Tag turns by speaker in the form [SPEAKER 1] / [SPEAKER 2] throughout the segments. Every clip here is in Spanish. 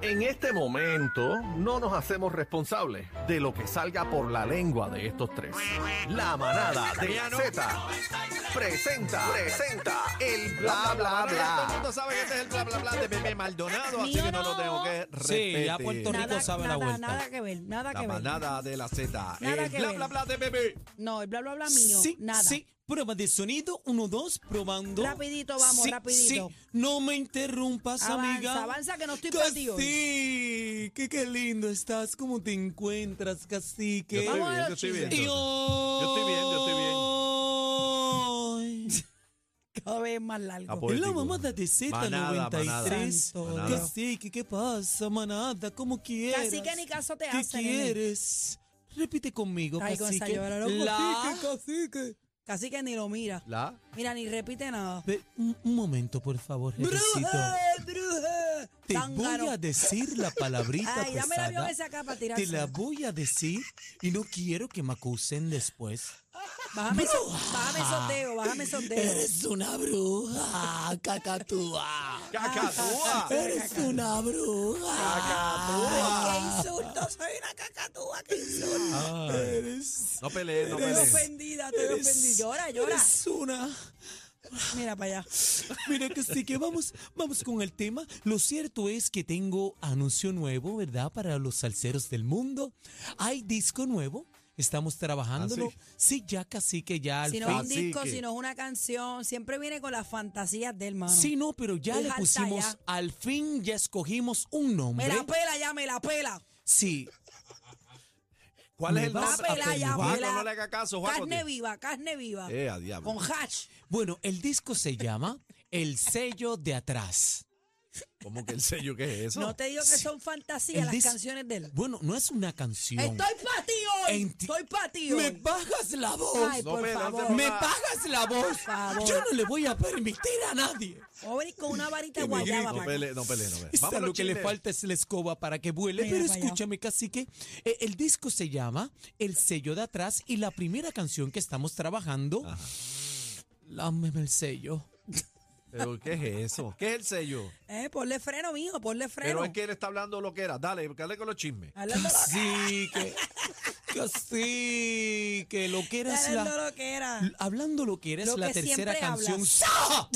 [SPEAKER 1] En este momento no nos hacemos responsables de lo que salga por la lengua de estos tres. La manada de la Z presenta, presenta el bla bla
[SPEAKER 2] Todo el
[SPEAKER 1] bla.
[SPEAKER 2] mundo sabe que este es el bla bla bla de Bebé Maldonado, así
[SPEAKER 3] Mío
[SPEAKER 2] que no lo
[SPEAKER 3] no.
[SPEAKER 2] tengo que respetar.
[SPEAKER 4] Sí, ya Puerto Rico
[SPEAKER 3] nada,
[SPEAKER 4] Eh, sabe la
[SPEAKER 3] nada,
[SPEAKER 4] vuelta.
[SPEAKER 3] Nada que ver, nada
[SPEAKER 2] La
[SPEAKER 3] que ver.
[SPEAKER 2] manada de la Z.
[SPEAKER 3] Nada
[SPEAKER 2] El
[SPEAKER 3] que
[SPEAKER 2] bla
[SPEAKER 3] ver.
[SPEAKER 2] bla bla de Bebé.
[SPEAKER 3] No, el bla bla bla mío,
[SPEAKER 4] Sí,
[SPEAKER 3] nada.
[SPEAKER 4] sí. Prueba de sonido, uno, dos, probando.
[SPEAKER 3] Rapidito, vamos,
[SPEAKER 4] Sí,
[SPEAKER 3] rapidito.
[SPEAKER 4] sí. No me interrumpas,
[SPEAKER 3] Avanza,
[SPEAKER 4] amiga.
[SPEAKER 3] avanza, que no estoy perdido hoy.
[SPEAKER 4] Cacique, qué, lindo estás, cómo te encuentras, cacique.
[SPEAKER 2] Yo estoy
[SPEAKER 3] Vamos a
[SPEAKER 2] bien,
[SPEAKER 3] los
[SPEAKER 2] yo estoy
[SPEAKER 3] chismes.
[SPEAKER 2] bien.
[SPEAKER 4] Y hoy...
[SPEAKER 2] Yo estoy bien, yo estoy bien.
[SPEAKER 3] Cada vez más largo.
[SPEAKER 2] Ah, pues,
[SPEAKER 4] En la
[SPEAKER 2] Poético.
[SPEAKER 4] mamada de
[SPEAKER 2] Manada,
[SPEAKER 4] Z93.
[SPEAKER 3] manada, manada.
[SPEAKER 4] Cacique, ¿qué pasa, manada? ¿Cómo quieres?
[SPEAKER 3] Así que ni caso te
[SPEAKER 4] ¿Qué
[SPEAKER 3] hace. nene.
[SPEAKER 4] quieres? Repite conmigo,
[SPEAKER 3] Ay, Gonzalo,
[SPEAKER 4] cacique.
[SPEAKER 3] ahora no,
[SPEAKER 4] La...
[SPEAKER 3] Casi que ni lo mira.
[SPEAKER 2] La.
[SPEAKER 3] Mira, ni repite nada.
[SPEAKER 4] Ve, un, un momento, por favor, jefecito.
[SPEAKER 3] ¡Bruja! ¡Bruja!
[SPEAKER 4] Te
[SPEAKER 3] Zángano.
[SPEAKER 4] voy a decir la palabrita
[SPEAKER 3] Ay, dame el avión
[SPEAKER 4] pesada.
[SPEAKER 3] ese acá para tirar.
[SPEAKER 4] Te la voy a decir y no quiero que me acusen después.
[SPEAKER 3] Bájame, so- bájame sondeo, bájame sondeo.
[SPEAKER 4] Eres una bruja, cacatúa.
[SPEAKER 2] Cacatúa.
[SPEAKER 4] Eres una bruja.
[SPEAKER 3] Ay, qué insulto, soy una cacatúa, qué insulto.
[SPEAKER 4] Eres,
[SPEAKER 2] No pelees, no
[SPEAKER 3] Estoy
[SPEAKER 4] Eres-
[SPEAKER 2] pelees.
[SPEAKER 3] ofendida, estoy ofendida. Llora, llora.
[SPEAKER 4] eres una.
[SPEAKER 3] Mira para allá.
[SPEAKER 4] Mira que sí que vamos, vamos con el tema. Lo cierto es que tengo anuncio nuevo, ¿verdad? Para los salseros del mundo. Hay disco nuevo. Estamos trabajándolo.
[SPEAKER 2] Ah,
[SPEAKER 4] sí? ya casi que ya al
[SPEAKER 3] Si no es
[SPEAKER 4] fin.
[SPEAKER 3] un disco,
[SPEAKER 2] Cacique.
[SPEAKER 3] si no es una canción, siempre viene con las fantasías del
[SPEAKER 2] Ah,
[SPEAKER 3] mano.
[SPEAKER 4] Sí, no, pero ya
[SPEAKER 3] Estoy
[SPEAKER 4] le
[SPEAKER 3] harta
[SPEAKER 4] pusimos,
[SPEAKER 3] ya.
[SPEAKER 4] al fin ya escogimos un
[SPEAKER 3] Me
[SPEAKER 4] nombre.
[SPEAKER 3] la pela ya, me la pela.
[SPEAKER 4] Sí,
[SPEAKER 2] ¿Cuál es el
[SPEAKER 4] Me
[SPEAKER 3] La
[SPEAKER 4] vas a
[SPEAKER 3] pela
[SPEAKER 4] pelar.
[SPEAKER 3] ya,
[SPEAKER 4] Juaco,
[SPEAKER 3] pela.
[SPEAKER 2] no le haga caso, Juaco,
[SPEAKER 3] Carne
[SPEAKER 2] tío.
[SPEAKER 3] viva, carne viva.
[SPEAKER 2] Eh, a diablo.
[SPEAKER 3] Con hash.
[SPEAKER 4] bueno, el disco se llama El sello de atrás.
[SPEAKER 2] ¿Cómo que el sello qué es eso?
[SPEAKER 3] No te digo que son
[SPEAKER 4] El
[SPEAKER 3] fantasías las
[SPEAKER 4] dis-
[SPEAKER 3] canciones de él.
[SPEAKER 4] Bueno, no es una canción.
[SPEAKER 3] Estoy pa' ti hoy.
[SPEAKER 4] Enti-
[SPEAKER 3] Estoy pa' ti
[SPEAKER 4] Me
[SPEAKER 3] hoy.
[SPEAKER 4] bajas la voz.
[SPEAKER 3] Ay, pues,
[SPEAKER 2] No
[SPEAKER 3] por
[SPEAKER 2] me lances
[SPEAKER 3] favor.
[SPEAKER 2] por
[SPEAKER 4] Me
[SPEAKER 2] Ah.
[SPEAKER 4] pagas la voz.
[SPEAKER 3] favor.
[SPEAKER 4] Yo no le voy a permitir a nadie.
[SPEAKER 3] Voy a venir con una varita
[SPEAKER 2] no pelees,
[SPEAKER 3] guayaba.
[SPEAKER 2] no
[SPEAKER 3] para acá.
[SPEAKER 2] pelees, no pelees. No pelees.
[SPEAKER 4] Esa
[SPEAKER 2] Vamos a
[SPEAKER 4] lo
[SPEAKER 2] los
[SPEAKER 4] que le
[SPEAKER 2] chismes.
[SPEAKER 4] falta es la escoba para que vuele.
[SPEAKER 3] Mira
[SPEAKER 4] Pero
[SPEAKER 3] para allá.
[SPEAKER 4] escúchame, cacique, eh, el disco se llama El sello de atrás y la primera canción que estamos trabajando, Lámeme el sello.
[SPEAKER 2] ¿Pero qué es eso? ¿Qué es el sello?
[SPEAKER 3] Eh, ponle freno, mijo, ponle freno.
[SPEAKER 2] Pero es que él está hablando lo que era. Dale, dale con los chismes.
[SPEAKER 3] Hablando lo-
[SPEAKER 4] Cacique, cacique, lo que eres
[SPEAKER 3] hablando
[SPEAKER 4] la...
[SPEAKER 3] lo que era.
[SPEAKER 4] Hablando lo que eres
[SPEAKER 3] Lo
[SPEAKER 4] la
[SPEAKER 3] que
[SPEAKER 4] tercera
[SPEAKER 3] siempre
[SPEAKER 4] canción.
[SPEAKER 3] hablas.
[SPEAKER 4] ¡Sa!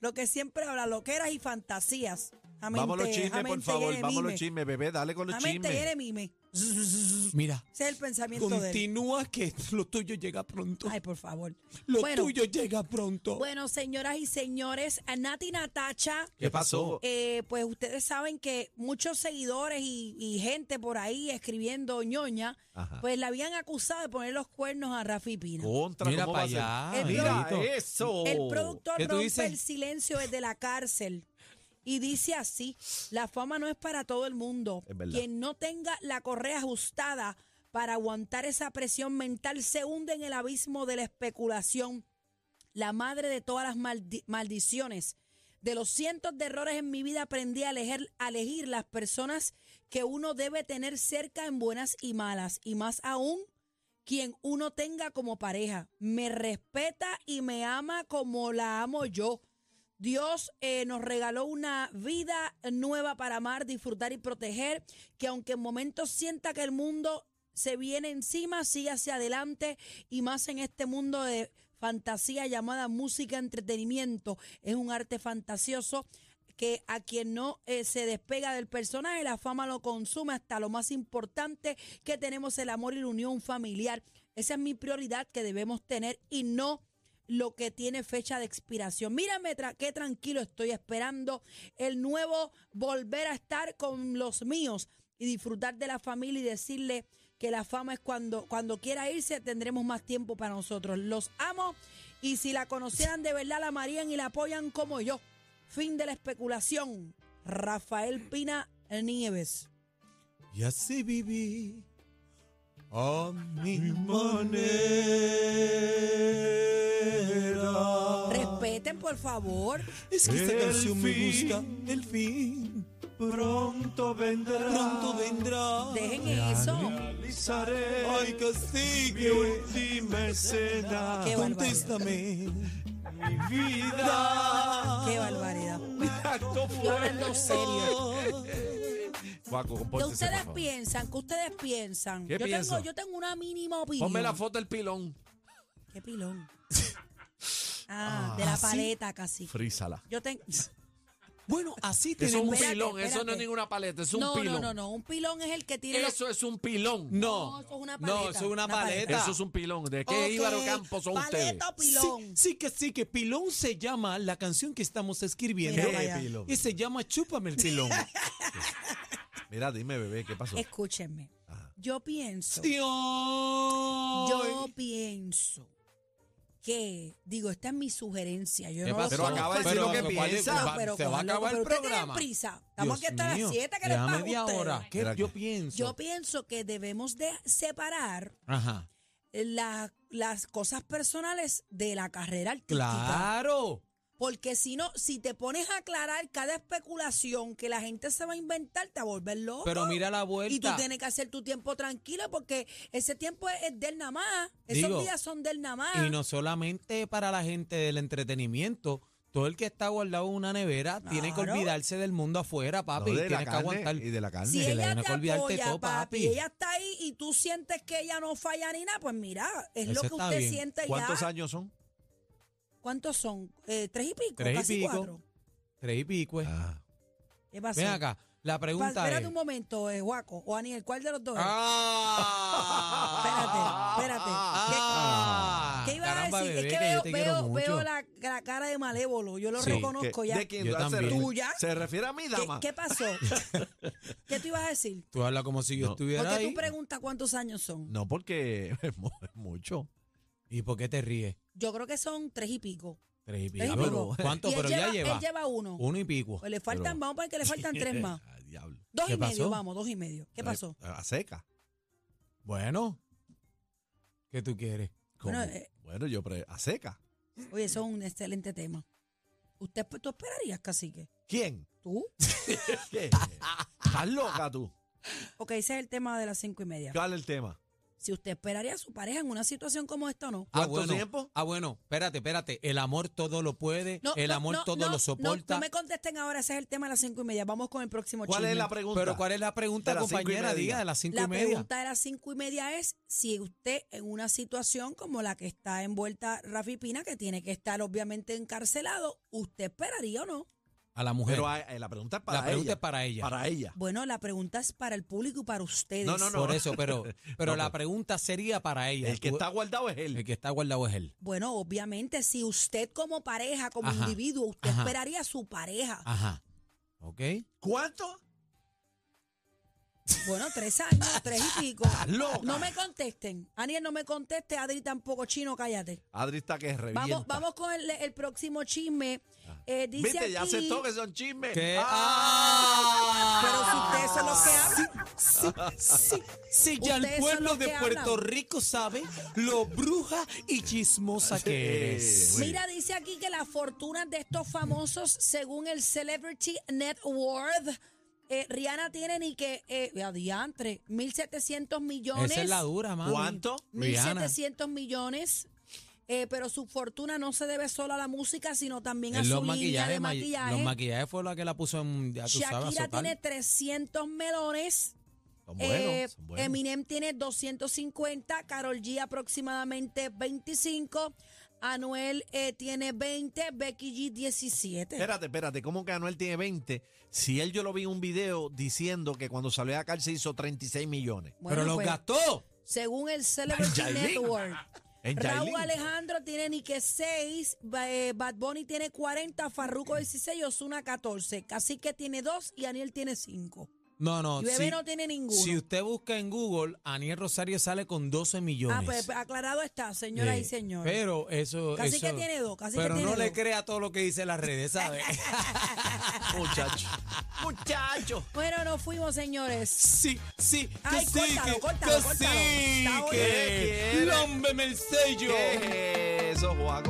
[SPEAKER 3] Lo que siempre habla, lo que eras y fantasías. Amén,
[SPEAKER 2] Vamos a los
[SPEAKER 3] te-
[SPEAKER 2] chismes,
[SPEAKER 3] amén,
[SPEAKER 2] por
[SPEAKER 3] te
[SPEAKER 2] favor.
[SPEAKER 3] llene,
[SPEAKER 2] Vamos a los
[SPEAKER 3] mime.
[SPEAKER 2] chismes, bebé. Dale con los
[SPEAKER 3] Amén, te
[SPEAKER 2] chismes.
[SPEAKER 3] llene, mime.
[SPEAKER 4] Mira,
[SPEAKER 3] Ese es el pensamiento de él.
[SPEAKER 4] continúa que lo tuyo llega pronto.
[SPEAKER 3] Ay, por favor.
[SPEAKER 4] Lo
[SPEAKER 3] bueno,
[SPEAKER 4] tuyo llega pronto.
[SPEAKER 3] bueno, señoras y señores, a Nati Natacha,
[SPEAKER 2] ¿Qué pasó?
[SPEAKER 3] eh, pues ustedes saben que muchos seguidores y, y gente por ahí escribiendo ñoña,
[SPEAKER 2] Ajá.
[SPEAKER 3] pues la habían acusado de poner los cuernos a Rafi Pina.
[SPEAKER 2] Contra,
[SPEAKER 4] Mira
[SPEAKER 2] ¿cómo
[SPEAKER 4] pa'
[SPEAKER 2] va a ser?
[SPEAKER 4] allá,
[SPEAKER 2] Mira
[SPEAKER 4] Benito.
[SPEAKER 2] eso.
[SPEAKER 3] El productor
[SPEAKER 4] ¿Qué tú
[SPEAKER 3] rompe
[SPEAKER 4] dices?
[SPEAKER 3] el silencio desde la cárcel y dice así, la fama no es para todo el mundo.
[SPEAKER 2] Es verdad.
[SPEAKER 3] Quien no tenga la correa ajustada para aguantar esa presión mental se hunde en el abismo de la especulación, la madre de todas las maldi- maldiciones. De los cientos de errores en mi vida aprendí a elegir, a elegir las personas que uno debe tener cerca en buenas y malas, y más aún quien uno tenga como pareja. Me respeta y me ama como la amo yo. Dios eh, nos regaló una vida nueva para amar, disfrutar y proteger, que aunque en momentos sienta que el mundo se viene encima, sigue hacia adelante y más en este mundo de fantasía llamada música, entretenimiento, es un arte fantasioso que a quien no eh, se despega del personaje, la fama lo consume hasta lo más importante que tenemos, el amor y la unión familiar. Esa es mi prioridad que debemos tener y no lo que tiene fecha de expiración. Mírame tra- qué tranquilo estoy esperando el nuevo volver a estar con los míos y disfrutar de la familia y decirle que la fama es cuando cuando quiera irse tendremos más tiempo para nosotros. Los amo y si la conocieran de verdad la amarían y la apoyan como yo. Fin de la especulación. Rafael Pina Nieves.
[SPEAKER 4] Y así viví a mi manera.
[SPEAKER 3] Respeten, por favor.
[SPEAKER 4] Es que esta
[SPEAKER 5] El
[SPEAKER 4] canción me
[SPEAKER 5] fin.
[SPEAKER 4] gusta. El fin
[SPEAKER 5] Pronto vendrá.
[SPEAKER 4] pronto vendrá.
[SPEAKER 3] Dejen eso.
[SPEAKER 5] Realizaré
[SPEAKER 4] Ay,
[SPEAKER 5] mi
[SPEAKER 4] castigo.
[SPEAKER 5] última escena.
[SPEAKER 3] Qué barbaridad.
[SPEAKER 4] Contéstame.
[SPEAKER 5] Mi vida.
[SPEAKER 3] Qué barbaridad.
[SPEAKER 5] Acto
[SPEAKER 3] Yo hablando serio.
[SPEAKER 2] Paco,
[SPEAKER 3] ¿Qué
[SPEAKER 2] compórtese, por
[SPEAKER 3] ustedes
[SPEAKER 2] favor.
[SPEAKER 3] piensan? ¿Qué ustedes piensan?
[SPEAKER 2] ¿Qué
[SPEAKER 3] yo,
[SPEAKER 2] pienso?
[SPEAKER 3] Tengo, yo tengo una mínima opinión.
[SPEAKER 2] Ponme la foto del pilón.
[SPEAKER 3] ¿Qué pilón? Ah, de la
[SPEAKER 4] ¿sí?
[SPEAKER 3] paleta casi.
[SPEAKER 2] Frízala.
[SPEAKER 3] Yo tengo.
[SPEAKER 4] Bueno, así
[SPEAKER 2] Eso es un
[SPEAKER 4] tenemos.
[SPEAKER 3] Espérate,
[SPEAKER 2] pilón, eso no es
[SPEAKER 3] espérate.
[SPEAKER 2] ninguna paleta, es un
[SPEAKER 3] No,
[SPEAKER 2] pilón.
[SPEAKER 3] no, no, no. Un pilón es el que tira. los-
[SPEAKER 2] Eso es un pilón.
[SPEAKER 3] No,
[SPEAKER 4] No,
[SPEAKER 3] eso es una
[SPEAKER 4] no,
[SPEAKER 3] paleta,
[SPEAKER 4] eso es una
[SPEAKER 3] una
[SPEAKER 4] paleta.
[SPEAKER 3] paleta.
[SPEAKER 2] Eso es un pilón. ¿De qué
[SPEAKER 3] Ok,
[SPEAKER 2] Íbaro Campo son ustedes?
[SPEAKER 3] Paleta o pilón.
[SPEAKER 4] Sí, sí que sí que pilón se llama la canción que estamos escribiendo
[SPEAKER 3] Mira, vaya.
[SPEAKER 2] pilón?
[SPEAKER 4] y se llama Chúpame el pilón.
[SPEAKER 2] Mira, dime, bebé, ¿qué pasó?
[SPEAKER 3] Escúchenme. Yo pienso.
[SPEAKER 4] Sí, oh.
[SPEAKER 3] Yo
[SPEAKER 4] hoy.
[SPEAKER 3] pienso que, digo, esta es mi sugerencia. Yo
[SPEAKER 4] ¿Qué
[SPEAKER 3] no
[SPEAKER 4] pasó?
[SPEAKER 2] Pero acaba de decir lo que
[SPEAKER 4] ¿cuál es?
[SPEAKER 2] piensa.
[SPEAKER 3] No, pero
[SPEAKER 4] se va a
[SPEAKER 3] Juan Loco,
[SPEAKER 4] acabar
[SPEAKER 3] pero
[SPEAKER 4] el
[SPEAKER 3] ustedes tienen
[SPEAKER 4] programa.
[SPEAKER 3] prisa. Estamos
[SPEAKER 4] Dios
[SPEAKER 3] aquí hasta
[SPEAKER 4] mío,
[SPEAKER 3] las 7 que les
[SPEAKER 4] deja
[SPEAKER 3] paga a
[SPEAKER 4] media
[SPEAKER 3] ustedes.
[SPEAKER 4] hora. ¿Qué
[SPEAKER 2] Mira
[SPEAKER 4] yo
[SPEAKER 2] que-
[SPEAKER 4] pienso?
[SPEAKER 3] Yo pienso que debemos de separar
[SPEAKER 4] Ajá.
[SPEAKER 3] la- las cosas personales de la carrera artística.
[SPEAKER 4] Claro.
[SPEAKER 3] Porque si no, si te pones a aclarar cada especulación que la gente se va a inventar, te va a volver loco.
[SPEAKER 4] Pero mira
[SPEAKER 3] Oh,
[SPEAKER 4] la
[SPEAKER 3] y tú
[SPEAKER 4] vuelta.
[SPEAKER 3] tienes que hacer tu tiempo tranquilo porque ese tiempo es, es del nada más. Esos
[SPEAKER 4] Digo,
[SPEAKER 3] días son del nada más.
[SPEAKER 4] Y no solamente para la gente del entretenimiento. Todo el que está guardado en una nevera tiene que
[SPEAKER 3] Claro.
[SPEAKER 4] olvidarse del mundo afuera, papi.
[SPEAKER 2] No, de la
[SPEAKER 4] tiene que
[SPEAKER 2] carne
[SPEAKER 4] aguantar.
[SPEAKER 2] y de la carne.
[SPEAKER 3] si
[SPEAKER 4] que la
[SPEAKER 3] ella
[SPEAKER 4] vaina
[SPEAKER 3] te
[SPEAKER 4] que olvidarte
[SPEAKER 3] apoya,
[SPEAKER 4] todo,
[SPEAKER 3] papi,
[SPEAKER 4] papi.
[SPEAKER 3] y ella está ahí y tú sientes que ella no falla ni nada, pues mira, es lo
[SPEAKER 4] Eso
[SPEAKER 3] que
[SPEAKER 4] está
[SPEAKER 3] usted
[SPEAKER 4] bien.
[SPEAKER 3] siente
[SPEAKER 2] ¿Cuántos
[SPEAKER 3] ya.
[SPEAKER 2] años son?
[SPEAKER 3] ¿Cuántos son? Eh, ¿Tres y pico?
[SPEAKER 4] Tres y
[SPEAKER 3] casi
[SPEAKER 4] pico.
[SPEAKER 3] cuatro.
[SPEAKER 4] Tres y pico. eh.
[SPEAKER 2] Ah.
[SPEAKER 3] ¿Qué pasó?
[SPEAKER 4] Ven acá. La
[SPEAKER 3] Pa-
[SPEAKER 4] pregunta
[SPEAKER 3] espérate
[SPEAKER 4] es.
[SPEAKER 3] un momento, eh, Guaco o Aniel, ¿cuál de los dos? es?
[SPEAKER 4] ¡Ah!
[SPEAKER 3] Espérate, espérate. ¿Qué-
[SPEAKER 4] Ah,
[SPEAKER 3] ¿Qué iba
[SPEAKER 4] caramba,
[SPEAKER 3] a decir?
[SPEAKER 4] bebé,
[SPEAKER 3] es que,
[SPEAKER 4] que yo
[SPEAKER 3] veo,
[SPEAKER 4] te quiero
[SPEAKER 3] veo,
[SPEAKER 4] mucho.
[SPEAKER 3] veo la, la cara de malévolo, yo lo
[SPEAKER 4] Sí,
[SPEAKER 3] reconozco
[SPEAKER 2] ¿Qué-
[SPEAKER 3] ya.
[SPEAKER 2] ¿De quién?
[SPEAKER 4] Yo
[SPEAKER 2] tú haces?
[SPEAKER 4] también.
[SPEAKER 3] ¿Tuya?
[SPEAKER 2] Se refiere a mi
[SPEAKER 3] ¿Qué,
[SPEAKER 2] dama.
[SPEAKER 3] qué pasó? ¿Qué tú ibas a decir?
[SPEAKER 4] Tú hablas como si yo
[SPEAKER 2] No.
[SPEAKER 4] estuviera
[SPEAKER 3] Porque
[SPEAKER 4] ahí.
[SPEAKER 3] tú preguntas cuántos años son.
[SPEAKER 2] No, porque es mu- es mucho.
[SPEAKER 4] ¿Y por qué te ríes?
[SPEAKER 3] Yo creo que son tres y pico.
[SPEAKER 4] Tres y
[SPEAKER 3] Tres y
[SPEAKER 4] pico.
[SPEAKER 3] pico.
[SPEAKER 4] ¿Cuánto?
[SPEAKER 3] Y él
[SPEAKER 4] Pero ya lleva.
[SPEAKER 3] Él lleva uno.
[SPEAKER 4] Uno y pico.
[SPEAKER 3] Pues le faltan,
[SPEAKER 2] Pero-
[SPEAKER 3] vamos para que le faltan tres más.
[SPEAKER 2] Ah, diablo.
[SPEAKER 3] Dos
[SPEAKER 4] ¿Qué
[SPEAKER 3] y medio,
[SPEAKER 4] pasó?
[SPEAKER 3] vamos, dos y medio. ¿Qué pasó?
[SPEAKER 2] Eh, A seca.
[SPEAKER 4] Bueno. ¿Qué tú quieres?
[SPEAKER 3] Bueno,
[SPEAKER 2] Bueno,
[SPEAKER 3] eh,
[SPEAKER 2] bueno yo pre- a seca.
[SPEAKER 3] Oye, eso es un excelente tema. ¿Usted tú esperarías, cacique?
[SPEAKER 2] ¿Quién?
[SPEAKER 3] ¿Tú?
[SPEAKER 2] ¿Qué? ¿Estás loca tú?
[SPEAKER 3] Ok, ese es el tema de las cinco y media.
[SPEAKER 2] ¿Cuál es el tema?
[SPEAKER 3] Si usted esperaría a su pareja en una situación como esta o no.
[SPEAKER 4] Ah,
[SPEAKER 2] ¿Cuánto
[SPEAKER 4] bueno.
[SPEAKER 2] tiempo?
[SPEAKER 4] Ah, bueno. Espérate, espérate. El amor todo lo puede.
[SPEAKER 3] No,
[SPEAKER 4] el
[SPEAKER 3] no,
[SPEAKER 4] amor
[SPEAKER 3] no,
[SPEAKER 4] todo
[SPEAKER 3] no,
[SPEAKER 4] lo
[SPEAKER 3] no,
[SPEAKER 4] soporta.
[SPEAKER 3] No, me contesten ahora, ese es el tema de las cinco y media. Vamos con el próximo
[SPEAKER 2] ¿Cuál
[SPEAKER 3] chisme.
[SPEAKER 2] es la pregunta?
[SPEAKER 4] Pero ¿cuál es la pregunta,
[SPEAKER 2] De las cinco y
[SPEAKER 4] compañera?
[SPEAKER 2] media.
[SPEAKER 4] Diga, de las cinco
[SPEAKER 3] La
[SPEAKER 4] y media.
[SPEAKER 3] pregunta de las cinco y media es si usted en una situación como la que está envuelta Rafi Pina, que tiene que estar obviamente encarcelado, ¿usted esperaría o no?
[SPEAKER 4] A la mujer.
[SPEAKER 2] Pero ah, eh, la pregunta es para
[SPEAKER 4] la pregunta
[SPEAKER 2] ella.
[SPEAKER 4] es para ella.
[SPEAKER 2] Para ella.
[SPEAKER 3] Bueno, la pregunta es para el público y para ustedes.
[SPEAKER 2] No, no, no.
[SPEAKER 4] Por eso, pero, pero
[SPEAKER 2] No,
[SPEAKER 4] la
[SPEAKER 2] pero-
[SPEAKER 4] pregunta sería para ella.
[SPEAKER 2] El que
[SPEAKER 4] Tú-
[SPEAKER 2] está guardado es
[SPEAKER 4] el
[SPEAKER 2] él.
[SPEAKER 4] que está guardado es él.
[SPEAKER 3] Bueno, obviamente, si usted como pareja, como
[SPEAKER 4] Ajá,
[SPEAKER 3] individuo, usted
[SPEAKER 4] ajá.
[SPEAKER 3] esperaría a su pareja.
[SPEAKER 4] Ajá. ¿Ok?
[SPEAKER 2] ¿Cuánto?
[SPEAKER 3] Bueno, tres años, tres y pico.
[SPEAKER 2] loca.
[SPEAKER 3] No me contesten. Aniel, no me conteste. Adri tampoco, chino, cállate.
[SPEAKER 2] Adri está que revienta.
[SPEAKER 3] Vamos, vamos con el, el próximo chisme. Eh, dice
[SPEAKER 2] Viste, Ah. ya
[SPEAKER 3] aquí-
[SPEAKER 2] aceptó que son chismes.
[SPEAKER 4] ¿Qué?
[SPEAKER 3] Ah, Pero si ustedes son los que hablan.
[SPEAKER 4] Sí, sí, sí, ya
[SPEAKER 3] Ustedes son
[SPEAKER 4] el pueblo
[SPEAKER 3] los
[SPEAKER 4] de
[SPEAKER 3] que
[SPEAKER 4] Puerto
[SPEAKER 3] hablan.
[SPEAKER 4] Rico sabe lo bruja y chismosa que eres.
[SPEAKER 2] Muy bien.
[SPEAKER 3] Mira, dice aquí que las fortunas de estos famosos, según el Celebrity Net Worth, eh, Rihanna tiene ni que, eh, adiantre, 1.700 millones.
[SPEAKER 4] Esa es la dura, mami.
[SPEAKER 2] ¿Cuánto?
[SPEAKER 4] Rihanna.
[SPEAKER 3] 1.700 millones. eh, pero su fortuna no se debe solo a la música, sino también a
[SPEAKER 4] En los
[SPEAKER 3] su línea de
[SPEAKER 4] maquillajes, ma-
[SPEAKER 3] maquillaje.
[SPEAKER 4] los maquillajes fue la que la puso en ya tú sabes,
[SPEAKER 3] Shakira
[SPEAKER 4] azotar.
[SPEAKER 3] tiene 300 melones.
[SPEAKER 2] Son buenos,
[SPEAKER 3] eh,
[SPEAKER 2] son buenos.
[SPEAKER 3] Eminem tiene 250. Carol G aproximadamente 25. Anuel eh, tiene 20, Becky G 17.
[SPEAKER 2] Espérate, espérate, ¿cómo que Anuel tiene 20? Si él yo lo vi en un video diciendo que cuando salió de la cárcel hizo 36 millones.
[SPEAKER 3] Bueno,
[SPEAKER 4] pero lo
[SPEAKER 3] pues,
[SPEAKER 4] gastó.
[SPEAKER 3] Según el Celebrity
[SPEAKER 2] Yailin.
[SPEAKER 3] Network.
[SPEAKER 2] En
[SPEAKER 3] Raúl
[SPEAKER 2] Yailin.
[SPEAKER 3] Alejandro tiene ni que 6, Bad Bunny tiene 40, Farruko 16, Osuna 14. Cacique tiene 2 y Aniel tiene 5.
[SPEAKER 4] No, no.
[SPEAKER 3] Y Bebé no tiene ninguno.
[SPEAKER 4] Si usted busca en Google, Aniel Rosario sale con 12 millones.
[SPEAKER 3] Ah, pues aclarado está, señora
[SPEAKER 4] Eh,
[SPEAKER 3] y señor.
[SPEAKER 4] Pero eso.
[SPEAKER 3] Cacique
[SPEAKER 4] eso-
[SPEAKER 3] tiene dos, cacique
[SPEAKER 4] Pero
[SPEAKER 3] tiene
[SPEAKER 4] no le
[SPEAKER 3] dos.
[SPEAKER 4] crea todo lo que dice las redes, ¿sabe?
[SPEAKER 2] Muchacho. Muchacho.
[SPEAKER 3] Bueno, nos fuimos, señores.
[SPEAKER 4] Sí, sí,
[SPEAKER 3] Ay,
[SPEAKER 4] cacique,
[SPEAKER 3] córtalo, córtalo, córtalo.
[SPEAKER 4] cacique,
[SPEAKER 3] Está bueno.
[SPEAKER 2] ¿Qué quiere?
[SPEAKER 4] lómbeme el sello.
[SPEAKER 2] ¿Qué es eso, Juan?